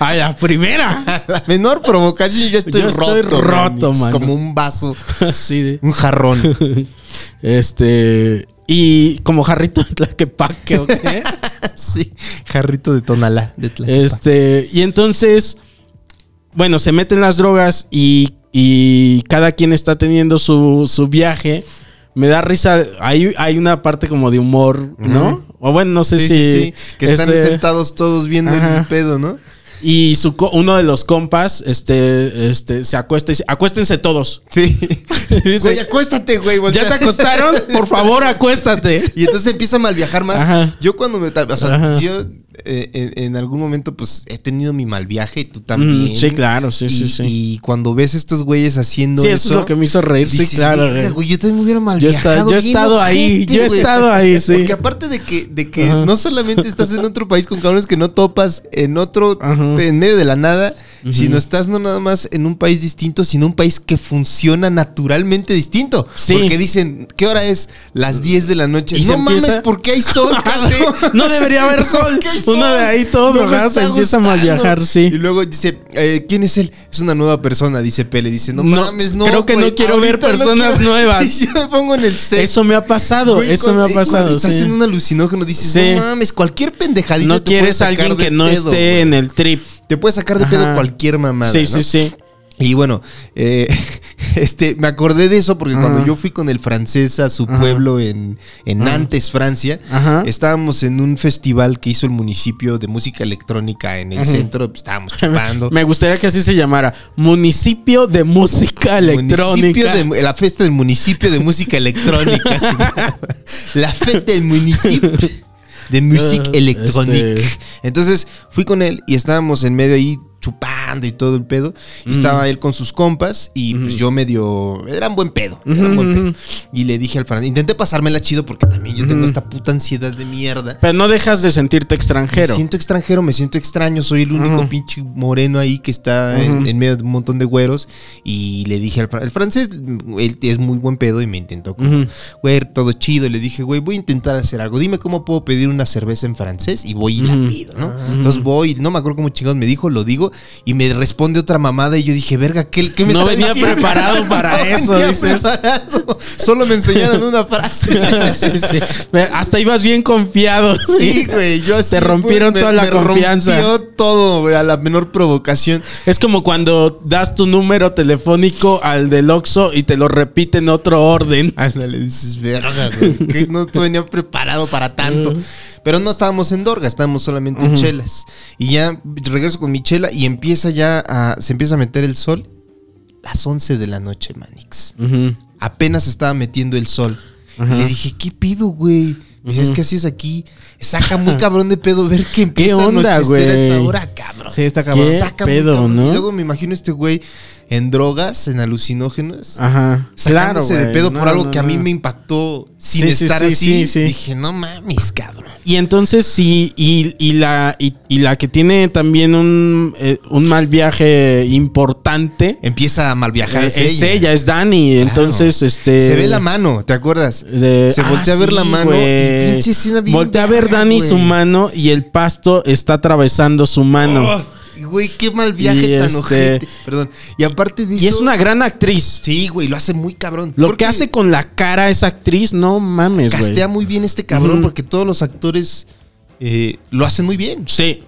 a la primera.
La menor provocación, yo estoy
Yo
roto.
estoy roto,
Manix,
mano.
Como un vaso,
Así de.
un jarrón.
Este. Y como jarrito de Tlaquepaque, ¿o qué?
sí, jarrito de tonalá. De Tlaquepaque.
Este, y entonces, bueno, se meten las drogas y, y cada quien está teniendo su, su viaje. Me da risa, hay, hay una parte como de humor, ¿no? O bueno, no sé
Sí,
si...
sí, sí, que están
este,
sentados todos viendo
ajá.
el pedo, ¿no?
Y su, co- uno de los compas este, este, se acuesta y dice, acuéstense todos.
Sí.
Y dice,
Güey, acuéstate, güey.
¿ya
voltea.
se acostaron? Por favor, acuéstate.
Y entonces empieza a malviajar más.
Ajá.
Yo cuando me... O sea,
Ajá.
yo eh, en, en algún momento pues he tenido mi mal viaje y tú también.
Mm, sí, claro, sí,
y,
sí, sí.
Y cuando ves a estos güeyes haciendo
sí, eso,
eso...
es lo que me hizo reír, sí,
dices,
claro.
"Verga,
güey".
güey, yo también me hubiera mal
Yo he esta-
viajado,
yo he
bien
estado ahí, yo he
güey.
estado ahí, sí.
Porque aparte de que, de que
Ajá.
no solamente estás en otro país con cabrones que no topas, en otro,
Ajá.
en medio de la nada, sino estás no nada más en un país distinto, sino un país que funciona naturalmente distinto.
Sí.
Porque dicen, ¿qué hora es? Las 10 de la noche.
Y se
no mames,
empieza-
porque hay sol, cabrón?
No debería haber sol.
¿Qué sol?
Uno de ahí
No
todo
me
drogado
está
se empieza a mal
gustando.
viajar, sí.
Y luego dice, eh, ¿quién es él? Es una nueva persona, dice Pele. Dice, no,
No,
mames, no.
creo que no quiero ver
ahorita no
personas nuevas.
Y yo me pongo en el set.
Eso me ha pasado,
Güey,
eso me
cuando-
ha pasado.
Cuando estás
sí.
en un alucinógeno, dices,
Sí.
no mames, cualquier pendejadita.
No
te puede
quieres a
sacar
alguien
de
que no
pedo,
esté
güey.
en el trip.
Te puede sacar de
Ajá.
pedo cualquier mamada.
sí,
¿no?
sí, sí.
Y bueno, eh, este, me acordé de eso porque cuando
Ajá.
yo fui con el francés a su
Ajá.
pueblo en, en Nantes, Francia,
Ajá.
estábamos en un festival que hizo el municipio de música electrónica en el centro, pues, estábamos chupando.
Me gustaría que así se llamara. Municipio de Música Electrónica.
Municipio de- la fiesta del municipio de música electrónica. se llama. la fiesta del municipio de música
Este.
electrónica. Entonces fui con él y estábamos en medio ahí chupando y todo el pedo. Y
Mm.
Estaba él con sus compas y pues yo medio... Eran buen pedo. eran buen pedo. Y le dije al francés, intenté pasármela chido porque también yo tengo esta puta ansiedad de mierda.
Pero no dejas de sentirte extranjero.
Me siento extranjero, me siento extraño. Soy el único
Ujú.
pinche moreno ahí que está en, en medio de un montón de güeros. Y le dije al fran- el francés, mm, él es muy buen pedo y me intentó como,
Ujú.
güey, todo chido. Le dije, güey, voy a intentar hacer algo. Dime cómo puedo pedir una cerveza en francés y voy y
Ujú. Ah.
la pido, ¿no? Entonces voy, no me acuerdo cómo chingados me dijo, lo digo y me responde otra mamada. Y yo dije, verga, ¿qué, qué me
No
está
venía
diciendo?
preparado para eso,
venía
dices.
preparado. Solo me enseñaron una frase.
Sí, sí. Ve, Hasta ibas bien confiado.
Sí, güey, yo así,
rompieron
güey,
toda la confianza.
rompió todo, güey, a la menor provocación.
Es como cuando das tu número telefónico al del Oxxo y te lo repite en otro orden.
Ándale, dices, verga, güey, que no te venía preparado para tanto. Pero no estábamos en Dorga, estábamos solamente en chelas. Y ya regreso con mi chela y empieza ya a, se empieza a meter el sol. Las 11 de la noche, Manix.
Ujú.
Apenas estaba metiendo el sol. Y le dije, ¿qué pido, güey? Me dice, es que así es aquí. Saca muy cabrón de pedo ver que empieza
onda,
a anochecer a esa
güey?
hora, cabrón.
Sí, está cabrón.
¿Qué?
saca muy
pedo,
cabrón.
no?
Y luego me imagino este güey en drogas, en alucinógenos.
Ajá.
Sacándose de
Ah, güey.
pedo
No,
por algo
no,
que a mí
no.
me impactó sin
Sí, sí,
estar
sí,
así.
sí, sí.
Dije, no mames, cabrón.
Y entonces sí, y, y la, y, y la que tiene también un, eh, un mal viaje importante
Empieza a malviajar.
eh, es, ella. es Dani. Entonces, este. eh,
Se ve la mano, ¿te acuerdas?
de- "Ah,
se voltea a ver la mano
güey.
y pinche escena bien
Voltea a ver
verga,
Dani
güey.
su mano y el pasto está atravesando su mano.
Oh, güey, qué mal viaje
Y
tan
este-
ojete. Perdón. Y aparte dice.
y es una gran actriz.
Sí, güey, lo hace muy cabrón.
Lo
Porque
que hace con la cara esa actriz, no mames, güey.
Castea muy bien este cabrón
Ujú.
porque todos los actores eh, lo hacen muy bien.
Sí.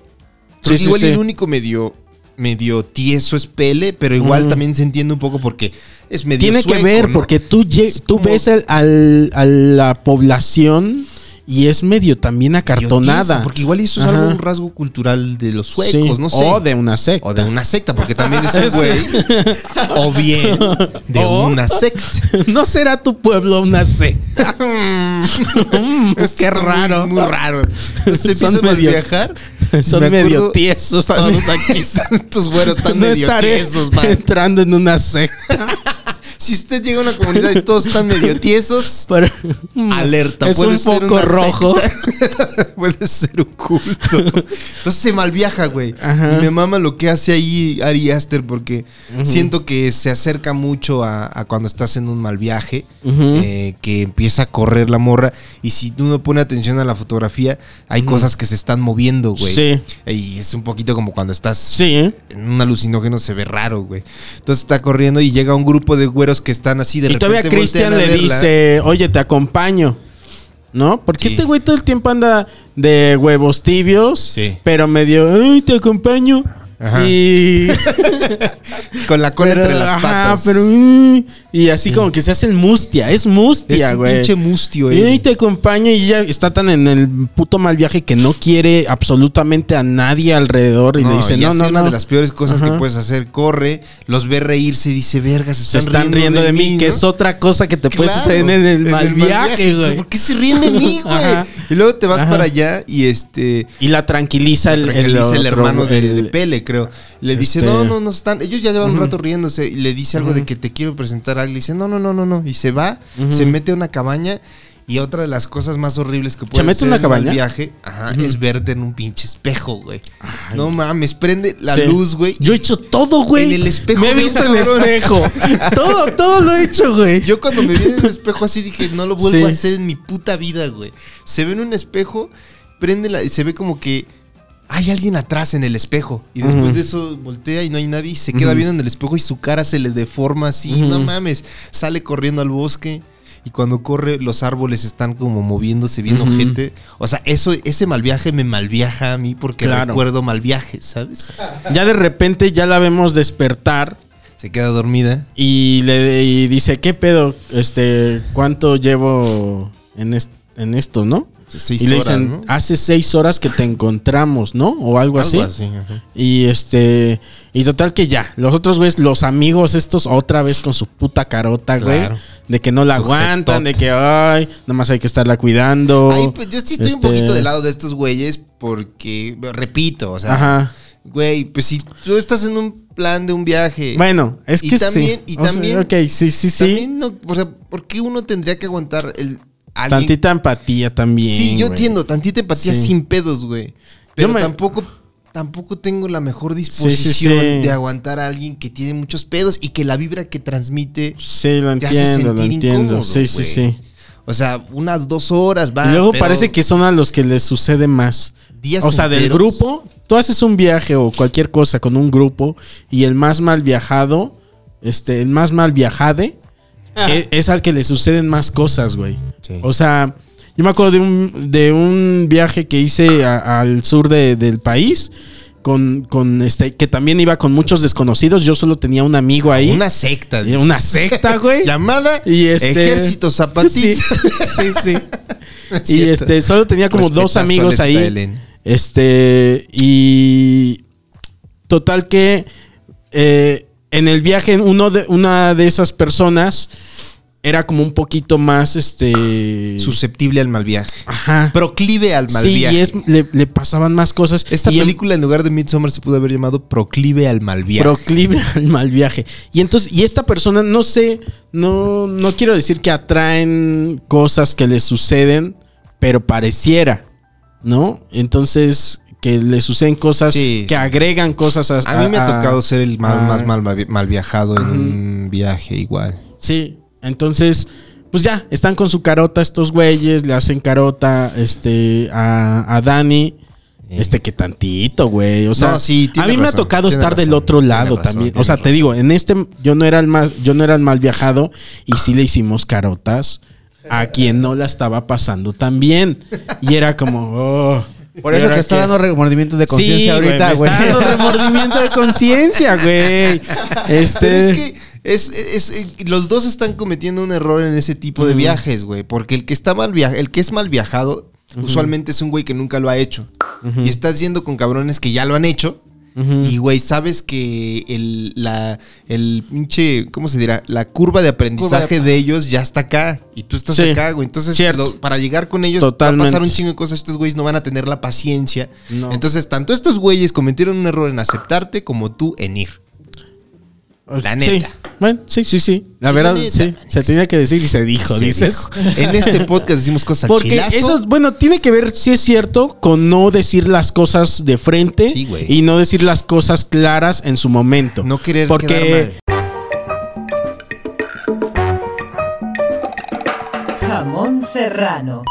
Porque
Sí, sí,
igual
sí.
el único medio, medio tieso es Pele, pero igual
Mm.
también se entiende un poco porque es medio
Tiene que
sueco,
ver,
¿no?
porque tú, lle-
Es
tú
como-
ves el- al- a la población y es medio también
Medio
acartonada.
tieso, Porque igual eso es
Ajá.
algo un rasgo cultural de los suecos,
Sí.
no sé.
O de una secta.
O de una secta, porque también es un güey. o bien de
O-
una secta.
¿No será tu pueblo una secta? Mm,
Es
qué raro.
Muy, raro. Entonces se
Son
empieza a
medio-
viajar.
Son
Me acuerdo-
medio tiesos
Están-
todos aquí.
Estos güeros están
no
medio
estaré
tiesos, man.
entrando en una secta.
Si usted llega a una comunidad y todos están medio tiesos,
pero- mm,
Alerta,
Es
puede
un
ser
poco
una
rojo.
secta. puede ser un culto. Entonces se malviaja, güey.
Ajá.
Y me mama lo que hace ahí Ari Aster porque siento que se acerca mucho a, a cuando estás en un mal viaje,
Ujú.
eh, que empieza a correr la morra. Y si uno pone atención a la fotografía, hay cosas que se están moviendo, güey.
Sí.
Y es un poquito como cuando estás
Sí, ¿eh?
en un alucinógeno, se ve raro, güey. Entonces está corriendo y llega un grupo de güeros que están así de
y todavía
repente voltean
Christian
a
le
verla.
dice, oye, te acompaño. ¿No? Porque
Sí.
este güey todo el tiempo anda de huevos tibios,
Sí.
pero medio, ay, te acompaño.
Ajá.
Y.
Con la cola
pero-
entre las
ajá,
patas.
pero, "Mm", y así como que se hace el mustia, es mustia,
es un
güey.
pinche mustio,
Y
eh.
ahí te acompaña y ya está tan en el puto mal viaje que no quiere absolutamente a nadie alrededor y le dice,
y
no,
hace
no,
una
no.
de las peores cosas
Ajá.
que puedes hacer. Corre, los ve reírse y dice, verga, se
se
están,
están riendo, de mí, que
¿no?
es otra cosa que te puede
Claro,
suceder en el, mal viaje,
¿Por
güey.
qué se ríen de mí, güey?
Ajá.
Y luego te vas
Ajá.
para allá y este...
Y la tranquiliza el,
Porque le dice el
otro-
hermano de, de
el-
Pele, creo. Le dice,
este-
no, no, no están. Ellos ya llevan un rato riéndose. Y le dice algo de que te quiero presentar a alguien. Le dice, no, no, no, no, no. Y se va, se mete a una cabaña. Y otra de las cosas más horribles que
mete
puede ser
una
en un mal
cabaña?
viaje ajá, es verte en un pinche espejo, güey. No mames, prende la
Sí.
luz, güey.
Yo he hecho todo, güey.
En el espejo
Me he
veo
visto en el
cabrón.
espejo. todo, todo lo he hecho, güey.
Yo cuando me vi en el espejo así dije, no lo vuelvo
Sí.
a hacer en mi puta vida, güey. Se ve en un espejo, prende la y se ve como que hay alguien atrás en el espejo. Y después
Ujú.
de eso voltea y no hay nadie y se queda viendo en el espejo y su cara se le deforma así. No
Ujú.
mames. Sale corriendo al bosque. Y cuando corre, los árboles están como moviéndose bien
Ujú.
gente. O sea, eso, ese mal viaje me malviaja a mí porque
Claro.
recuerdo mal viajes, ¿sabes?
Ya de repente ya la vemos despertar
Se queda dormida.
y le y dice, ¿qué pedo? Este, ¿cuánto llevo en, est- en esto, no?
Seis
y le
horas,
dicen,
¿no?
hace seis horas que te encontramos, ¿no? O algo, así.
ajá.
Y este. Y total que ya. Los otros güeyes, los amigos estos, otra vez con su puta carota, güey.
Claro.
De que no la
Sujetote.
aguantan, de que, ay, nomás hay que estarla cuidando.
Ay, pues yo sí estoy un
Este,
poquito del lado de estos güeyes porque, repito, o sea,
Ajá.
güey, pues si tú estás en un plan de un viaje.
Bueno, es
eh, y
que
también-
sí.
y
O sea,
también-
ok, sí, sí, sí.
también no, o sea, ¿por qué uno tendría que aguantar el alguien?
Tantita empatía también.
sí, yo
güey.
entiendo, tantita empatía
Sí.
sin pedos, güey. Pero
Yo me-
tampoco tampoco tengo la mejor
sí,
disposición
sí.
de aguantar a alguien que tiene muchos pedos y que la vibra que transmite,
Sí, lo
Te hace
entiendo, lo
sentir
entiendo.
incómodo,
sí, sí,
güey.
sí.
o sea, unas dos horas va.
y luego
Ah, pero
parece que son a los que les sucede más.
días
O sea, del
enteros-
grupo, tú haces un viaje o cualquier cosa con un grupo y el más mal viajado, este, el más mal viajade, e- es, al que le suceden más cosas, güey.
Sí.
O sea, yo me acuerdo de un, de un viaje que hice a- al sur de- del país. Con, con este, que también iba con muchos desconocidos. Yo solo tenía un amigo ahí.
una secta,
Y una secta, güey.
llamada
Y este-
Ejército Zapatista.
Sí, sí. sí. y
Cierto.
este, solo tenía como dos
Respetazo
amigos
al
ahí.
Stalin.
Este, y. Total que. eh, en el viaje, uno de, una de esas personas era como un poquito más este.
susceptible al mal viaje.
Ajá.
Proclive al mal
sí,
viaje.
y es, le, le pasaban más cosas.
Esta
y en-
película en lugar de Midsommar se pudo haber llamado Proclive al mal viaje.
proclive al mal viaje. Y entonces, y esta persona, no sé, no, no quiero decir que atraen cosas que le suceden, pero pareciera, ¿no? Entonces, que le suceden cosas,
Sí, sí.
que agregan cosas a...
a mí me ha tocado ser el mal-
a-
más mal, mal viajado en un viaje igual.
Sí, entonces, pues ya, están con su carota estos güeyes, le hacen carota este, a, a Dani.
Eh.
Este que tantito, güey. O sea,
No, sí,
a
tiene
mí me ha
razón,
tocado
tiene
estar del
razón,
otro
tiene
lado
razón,
también.
tiene
O sea, te
razón.
digo, en este yo no era el mal, yo no era el mal viajado y sí le hicimos carotas a quien no la estaba pasando tan bien. Y era como, oh,
Por eso
¿y ahora
te está
qué?
dando remordimientos de conciencia
Sí, güey,
ahorita,
me
güey.
Está dando remordimiento de conciencia, güey. Este,
Pero es que es- es- es- los dos están cometiendo un error en ese tipo de viajes, güey. Porque el que está mal via- el que es mal viajado, usualmente es un güey que nunca lo ha hecho. Y estás yendo con cabrones que ya lo han hecho.
Ujú.
Y güey, sabes que el, la, el pinche, ¿cómo se dirá? La curva de aprendizaje de, ellos ya está acá. Y tú estás
Sí,
acá, güey. Entonces,
cierto.
lo- para llegar con ellos, va a
Totalmente.
pasar un chingo de cosas. Estos güeyes no van a tener la paciencia.
No.
Entonces, tanto estos güeyes cometieron un error en aceptarte como tú en ir. La
Sí.
neta.
Bueno, sí, sí, sí. La
La
verdad,
neta,
sí.
Manix.
Se tenía que decir y se dijo,
Se
dices.
dijo. En este podcast decimos cosas al
Porque
chilazo.
eso, bueno, tiene que ver, si es cierto, con no decir las cosas de frente
Sí, güey.
y no decir las cosas claras en su momento.
no querer
Porque
quedar mal.
Jamón serrano.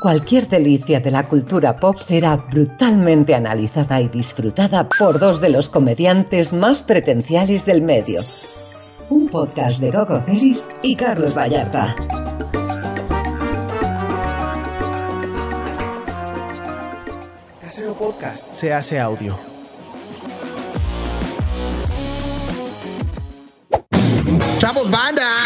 Cualquier delicia de la cultura pop será brutalmente analizada y disfrutada por dos de los comediantes más pretenciales del medio. Un podcast de Coco Celis y Carlos Vallarta.
Casero Podcast se hace audio.
¡Chavos, banda!